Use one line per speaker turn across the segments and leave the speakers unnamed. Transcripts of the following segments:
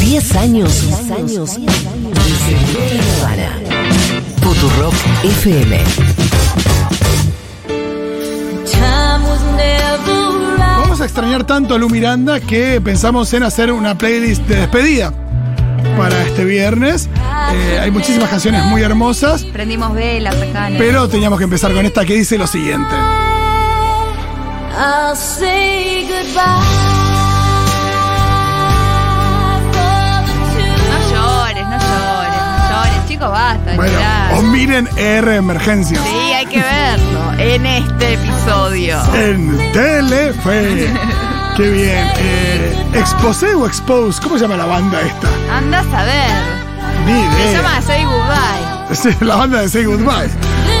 10 años. 10 años. Futurock FM.
Vamos a extrañar tanto a Lu Miranda que pensamos en hacer una playlist de despedida para este viernes. Eh, hay muchísimas canciones muy hermosas,
Prendimos velas acá. en el-
pero teníamos que empezar con esta que dice lo siguiente.
I'll say goodbye for the two.
No llores, no llores, no llores. Chicos, basta. de
Bueno,
llorar.
o miren R Emergencias
Sí, hay que verlo en este episodio.
en Telefe. Qué bien. Eh, ¿Exposé o Expose? ¿Cómo se llama la banda esta?
Anda a saber.
Ni
Se
idea.
llama Say Goodbye.
Sí, la banda de Say Goodbye.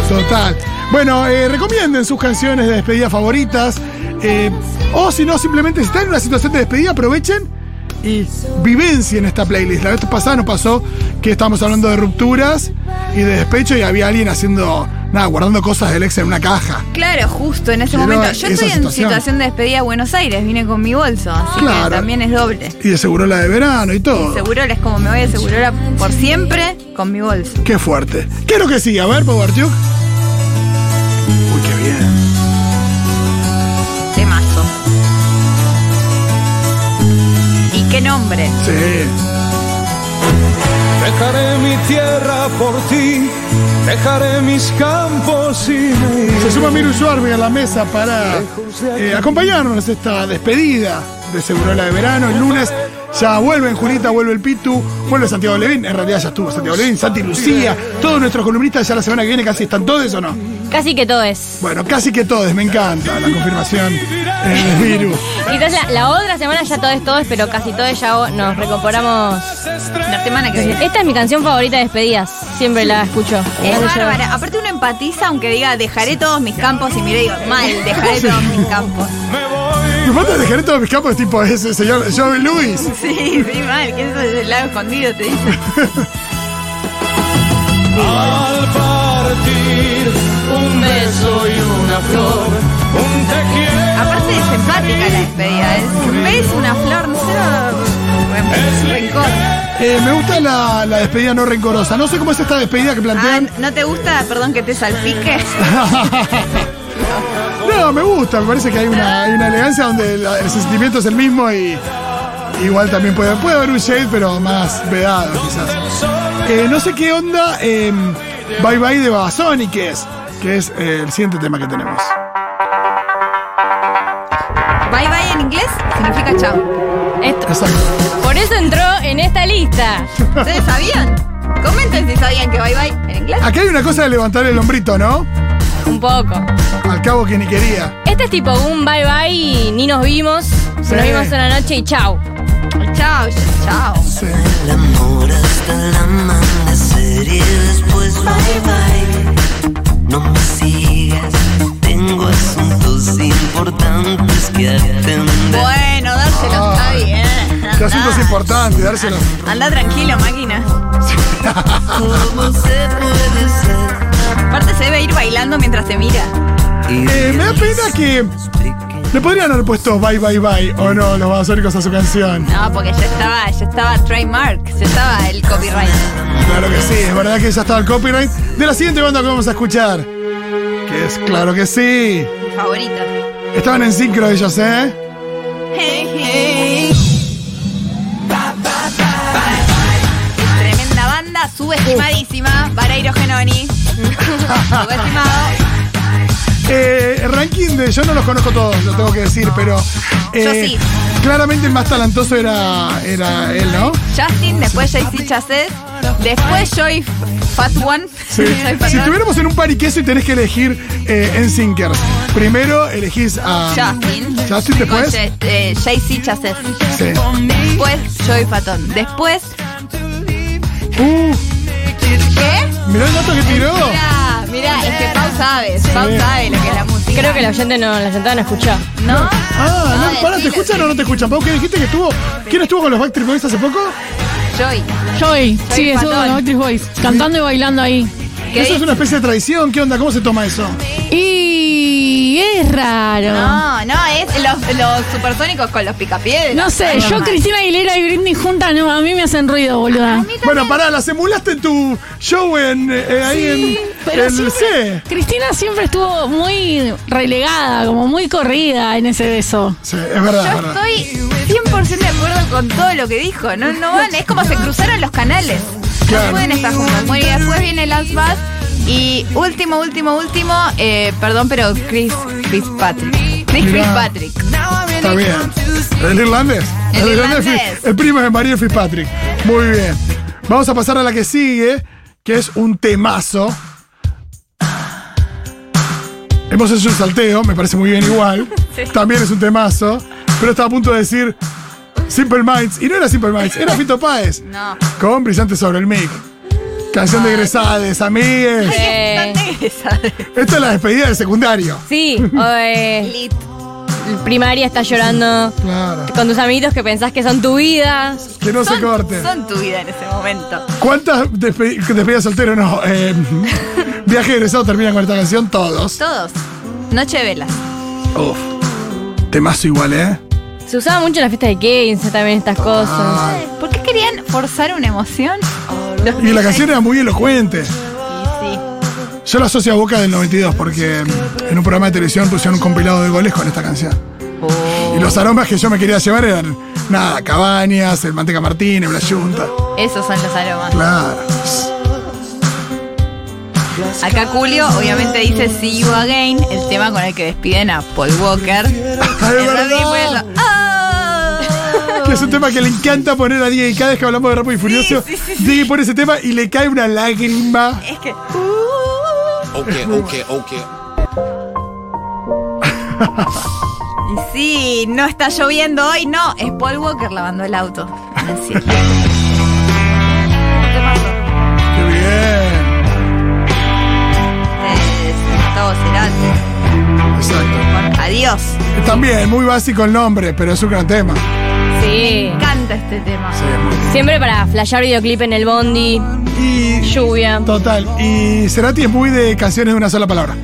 Total. Bueno, eh, recomienden sus canciones de despedida favoritas. eh, o si no, simplemente si están en una situación de despedida, aprovechen y vivencien esta playlist. La vez pasada nos pasó que estábamos hablando de rupturas y de despecho y había alguien haciendo, nada, guardando cosas del ex en una caja.
Claro, justo en ese
Quiero
momento. Yo
esa
estoy en
situación.
situación de despedida a Buenos Aires, vine con mi bolso, así
Claro.
que también es doble.
Y aseguró la de verano y todo.
Seguro es como me voy a Segurola por siempre con mi bolso.
Qué fuerte. ¿Qué es lo que sigue? A ver, Power Duke. Uy, qué bien.
Temazo. ¿Y qué nombre?
Sí.
Dejaré mi tierra por ti, dejaré mis campos y me
Se
iré.
suma Miru Suarbe a la mesa para eh, acompañarnos esta despedida de Segurola de verano. El lunes ya vuelven Julita, vuelve el Pitu, vuelve Santiago Levín. En realidad ya estuvo Santiago Levín, Santi Lucía, todos nuestros columnistas ya la semana que viene casi están todos o no.
Casi que todo es.
Bueno, casi que todos, me encanta la confirmación eh, de Miru.
Quizás la, la otra semana ya todo es todo es, pero casi todo es ya o- nos recomporamos.
La semana
Eh,
que viene.
Esta es mi canción favorita de despedidas. Siempre la escucho.
Es
Hace llorar.
bárbara. Aparte uno empatiza aunque diga dejaré todos mis campos y mire digo, mal, dejaré todos mis campos.
Me falta dejar todos mis capos tipo ese señor Joe Luis.
Sí, sí, mal, que eso es el lado escondido, te dice.
Al partir, un beso y una flor, un te quiero.
Aparte es empática la despedida, es un beso, una flor, no sé, no- rencor.
Eh, me gusta la, la despedida no rencorosa. No sé cómo es esta despedida que
Ah,
plantean.
¿no te gusta? Perdón que te salpique.
No, me gusta, me parece que hay una, hay una elegancia donde la- el sentimiento es el mismo y igual también puede, puede haber un shade, pero más vedado quizás. Eh, no sé qué onda eh, Bye Bye de Babasónicos, que es, que es eh, el siguiente tema que tenemos.
Bye bye en inglés significa chao.
Esto-
Exacto.
Por eso entró en esta lista.
¿Ustedes sabían? Comenten si sabían que bye bye en inglés.
Acá hay una cosa de levantar el hombrito, ¿no?
Un poco.
Al cabo que ni quería.
Este es tipo un bye bye y ni nos vimos.
Sí.
Nos vimos una noche y chau.
Chao, yo- chao.
Sí.
El amor hasta el amanecer y después pues, bye bye. No me sigas, tengo asuntos importantes que atender.
Bueno, dárselo, está bien.
Qué asunto es
Andá.
importante, dárselo.
Anda tranquilo, máquina.
¿Cómo se puede ser?
Aparte se debe ir bailando mientras te mira.
Eh, me da pena que. Le podrían haber puesto Bye Bye Bye o no los Babasónicos a su canción.
No, porque ya estaba, ya estaba trademark, ya estaba el copyright.
Claro que sí, es verdad que ya estaba el copyright de la siguiente banda que vamos a escuchar. Que es claro que sí.
Favorita.
Estaban en sincro ellos, ¿eh?
Tremenda banda, subestimadísima. Vareiro Genoni. Subestimado.
Eh, el ranking de yo no los conozco todos, lo tengo que decir, pero. eh,
sí.
Claramente el más talentoso era, era él, ¿no?
Justin, después JC Chasset. Después Joy Fat One.
Sí.
Joy Fat
si
One.
estuviéramos en un pariqueso y tenés que elegir eh, en sinkers, primero elegís a.
Justin.
Justin
Con
después.
J- eh, JC Chasset.
Sí.
Después Joy Fatón. Después.
Uh,
¿Qué?
mirá el dato que tiró.
Mirá, mirá, es que Pau sabe, Pau
Sí.
sabe lo que es la música.
Creo que la gente no, la sentada no escuchó.
¿No?
Ah, no,
Ah,
para, ¿te
sí,
escuchan
sí.
o no te escuchan? Pau, ¿qué dijiste que estuvo? ¿Quién estuvo con los Backstreet Boys hace poco?
Joy.
Joy, sí, eso
patón.
de los Backstreet Boys, cantando y bailando ahí.
Eso
¿Qué
es
dice?
una especie de tradición, ¿qué onda? ¿Cómo se toma eso?
Y es Claro. No,
No, no, es los, los supersónicos con los picapiedras.
sé, yo Cristina Aguilera y Britney juntas no, a mí me hacen ruido, boluda.
Bueno, pará, las emulaste en tu show en, eh, ahí en,
Pero
en
siempre-
C.
Cristina siempre estuvo muy relegada, como muy corrida en ese beso.
Sí, es verdad, es
Yo
verdad.
estoy 100% de acuerdo con todo lo que dijo. No, no van, es como se cruzaron los canales.
Claro.
No pueden estar juntos. Bueno, y después viene Last Bass. Y último, último, último, eh, perdón, pero Chris, Chris Patrick. Chris, Chris
Mirá.
Patrick.
Está bien. ¿El irlandés?
El irlandés.
Fi- El primo de María Fitzpatrick. Muy bien. Vamos a pasar a la que sigue, que es un temazo. Hemos hecho un salteo, me parece muy bien igual. También es un temazo. Pero estaba a punto de decir Simple Minds. Y no era Simple Minds, era Fito Páez.
No.
Con Brillante sobre el mic. Canción de egresades, amigues.
Eh,
Esta es la despedida del secundario.
sí, o, eh,
Lit.
primaria estás llorando
Claro.
con tus amiguitos que pensás que son tu vida.
Que no se
Son-
corte.
Son tu vida en ese momento.
¿Cuántas despe- despedidas soltero no? Eh, viaje egresado termina con esta canción todos.
Todos. Noche de velas.
Uf. Temazo igual, ¿eh?
Se usaba mucho en la fiesta de 15 también estas cosas.
¿Por qué querían forzar una emoción?
Y la canción era muy elocuente.
Sí.
Yo la asocio a Boca del 92 porque en un programa de televisión pusieron un compilado de goles con esta canción. Y los aromas que yo me quería llevar eran, nada, Cabañas, el Manteca Martínez, la Junta.
Esos son los aromas.
Claro.
Acá Julio obviamente dice See You Again, el tema con el que despiden a Paul Walker.
Ay,
Y
verdad.
Rodri Puello, "Ah".
Que es un tema que le encanta poner a Diego y cada vez que hablamos de Rápido y Furioso, Diego pone ese tema y le cae una lágrima.
Es que
Okay, okay, okay.
y sí, no está lloviendo hoy, no, es Paul Walker lavando el auto. Así. Temazo.
Qué bien.
Este es Gustavo Cerati.
Exacto.
Adiós.
También, muy básico el nombre, pero es un gran tema.
Sí.
Me encanta este tema.
Siempre para flashear videoclip en el bondi,
Y.
lluvia.
Total. Y Cerati es muy de canciones de una sola palabra.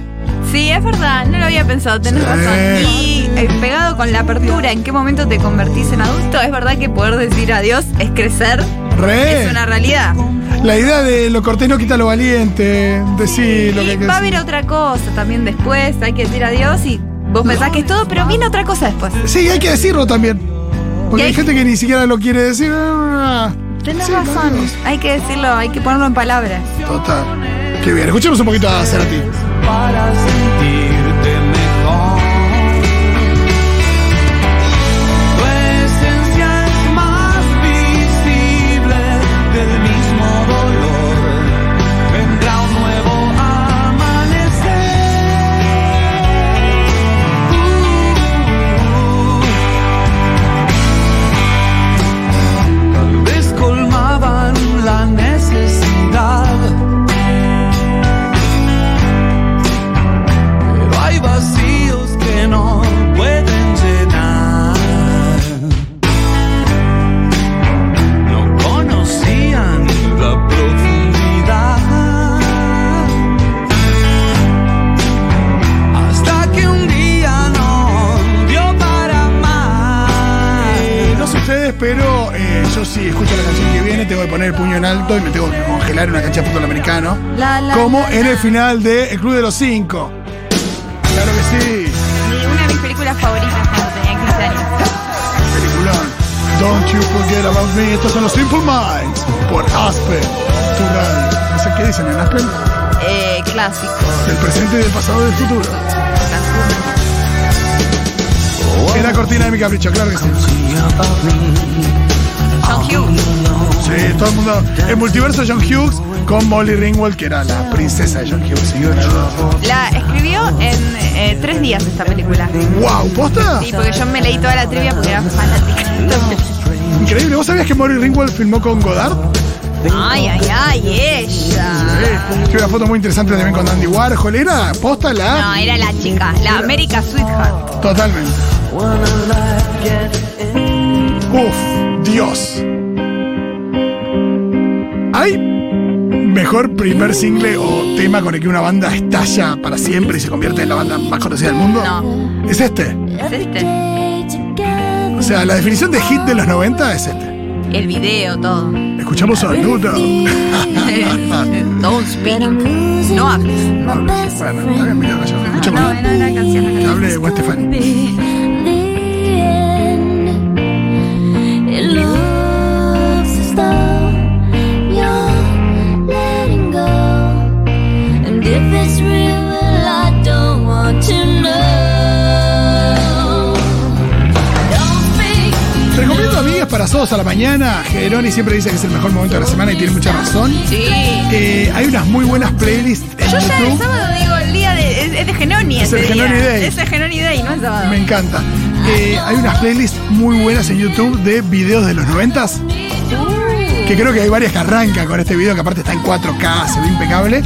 Sí, es verdad, no lo había pensado, tenés
Sí.
razón. Y eh, pegado con la apertura, ¿en qué momento te convertís en adulto? Es verdad que poder decir adiós es crecer,
Re.
es una realidad.
La idea de lo cortés no quita lo valiente. Decir lo que hay
Y
que
va a
decir.
haber otra cosa también después, hay que decir adiós y vos pensás que es todo, pero viene otra cosa después.
Sí, hay que decirlo también. Porque
Y
hay,
hay-
gente que ni siquiera lo quiere decir.
Tenés
Sí,
razón,
vamos.
hay que decirlo, hay que ponerlo en palabras.
Total. Qué bien. Escuchemos un poquito a Cerati.
para sentirte mejor. Tu esencia es más visible del mismo dolor. Vendrá un nuevo amanecer. Uh, Tal vez colmaban la necesidad. pero hay vacíos que no pueden llenar. No conocían la profundidad. Hasta que un día no dio para más.
Eh, No sé ustedes, pero eh, yo sí escucho la canción que viene, tengo que poner el puño en alto y me tengo que congelar en una cancha de fútbol americano.
La, la,
como
la,
en
la.
el final de El Club de los Cinco. Claro que sí,
Y una de mis películas favoritas cuando tenía 15 años.
peliculón. Don't you forget about me. Estos son los Simple Minds por Aspen. Tu radio. No sé qué dicen en Aspen.
Eh, clásico.
Del presente y del pasado y del futuro. Era cortina de mi capricho, claro que sí.
John Hughes.
Sí, todo el mundo. El multiverso John Hughes con Molly Ringwald, que era la princesa de John Hughes.
La escribió en eh, tres días esta película.
¡Wow! ¿Posta?
Sí, porque yo me leí toda la trivia porque era fanática.
Increíble. ¿Vos sabías que Molly Ringwald filmó con Godard?
Ay, ay, ay, ella.
Tiene una foto muy interesante también con Andy Warhol. Era posta la.
No, era la chica, la América Sweetheart.
Totalmente. Uf, Dios. Hay mejor mejor primer single o tema con el que una banda estalla para siempre y se convierte en la banda más conocida del mundo?
No.
Es este.
Es este.
O sea, la definición de hit de los 90 es este.
El video, todo.
Escuchamos a Nudo.
Don't speak. No hables.
Bueno, está bien, mira, no, yo escucho
No,
con-
era la canción.
que hable Gwen Stefani. Recomiendo amigas para todos a la mañana. Geroni siempre dice que es el mejor momento de la semana y tiene mucha razón.
Sí.
Eh, hay unas muy buenas playlists en
Yo ya el
YouTube.
sábado digo el día de. Es, es de Genoni.
Es el
ese día.
Genoni Day.
Es el Genoni Day, no el sábado.
Me encanta. Eh, hay unas playlists muy buenas en YouTube de videos de los 90s. Que creo que hay varias que arrancan con este video, que aparte está en 4K, se ve impecable.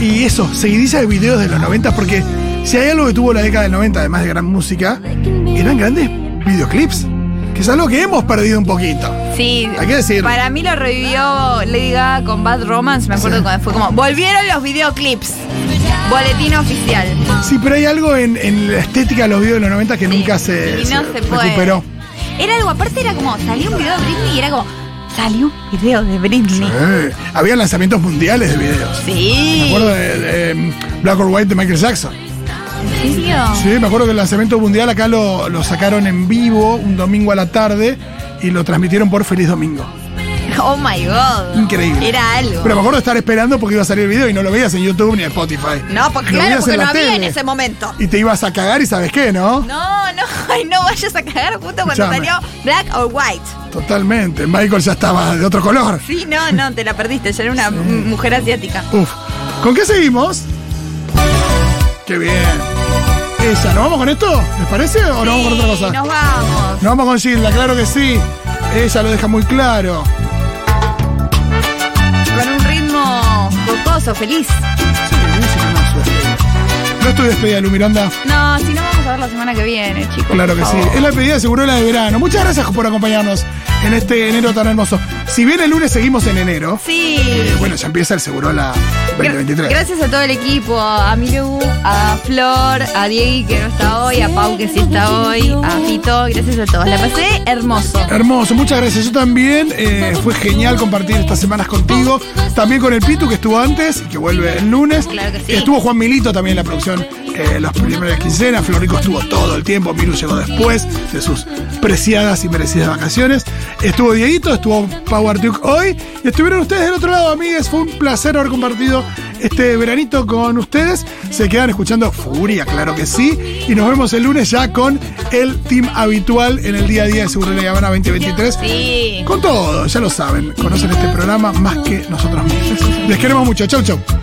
Y eso, seguidilla de videos de los 90 porque si hay algo que tuvo la década del 90, además de gran música, eran grandes videoclips. Que es algo que hemos perdido un poquito.
Sí.
Hay que decirlo.
Para mí lo revivió Lady Gaga con Bad Romance. Me acuerdo
Sí.
cuando fue como. Volvieron los videoclips. Boletín oficial.
Sí, pero hay algo en, en la estética de los videos de los 90 que
Sí.
nunca se,
Y no se puede.
recuperó.
Era algo, aparte era como. Salió un video de Britney y era como. Salió un video de Britney.
Eh, había lanzamientos mundiales de videos. Me
Sí.
acuerdo de, de, mm, Black or White de Michael Jackson.
¿En serio?
Sí, me acuerdo que el lanzamiento mundial acá lo, lo sacaron en vivo un domingo a la tarde y lo transmitieron por Feliz Domingo.
Oh my god.
Increíble.
Era algo.
Pero me acuerdo de estar esperando porque iba a salir el video y no lo veías en YouTube ni en Spotify.
no, porque
Lo
claro,
veías
porque
en
no
la
había en
tele.
ese momento.
Y te ibas a cagar y sabes qué, ¿no?
No, no, ay, no vayas a cagar justo cuando
Escuchame.
salió Black or White.
Totalmente. Michael ya estaba de otro color.
Sí, no, no, te la perdiste. Ya era una m- mujer asiática.
Uf. ¿Con qué seguimos? Qué bien. Esa, ¿nos vamos con esto? ¿Les parece? ¿O nos vamos con otra
Sí,
cosa?
Nos vamos.
Nos vamos con Gilda, claro que sí. Ella lo deja muy claro.
Con un ritmo jocoso, feliz.
Sí, es una suerte. No estoy despedida, Lu Miranda.
No, si no vamos a ver la semana que viene, chicos.
Claro que sí. Es la pedida seguro la de verano. Muchas gracias por acompañarnos en este enero tan hermoso. Si bien el lunes seguimos en enero,
Sí.
eh, bueno, ya empieza el seguro la
Gra-
2023.
Gracias a todo el equipo, a Milu, a Flor, a Diego que no está hoy, a Pau que sí está hoy, a Fito, gracias a todos. La pasé hermoso.
Hermoso, muchas gracias. Yo también. eh, fue genial compartir estas semanas contigo. También con el Pitu, que estuvo antes y que vuelve el lunes.
Claro que sí.
Estuvo Juan Milito también en la producción eh, las primeras quincenas. Florico estuvo todo el tiempo. Miru llegó después de sus preciadas y merecidas vacaciones. Estuvo Dieguito, estuvo Power Duke hoy. Y estuvieron ustedes del otro lado, amigues. Fue un placer haber compartido este veranito con ustedes. Se quedan escuchando Furia, claro que sí. Y nos vemos el lunes ya con el team habitual en el día a día de Seguro de La Habana 2023.
Sí.
Con todo, ya lo saben. Conocen este programa más que nosotros mismos. Les queremos mucho. Chau, chau.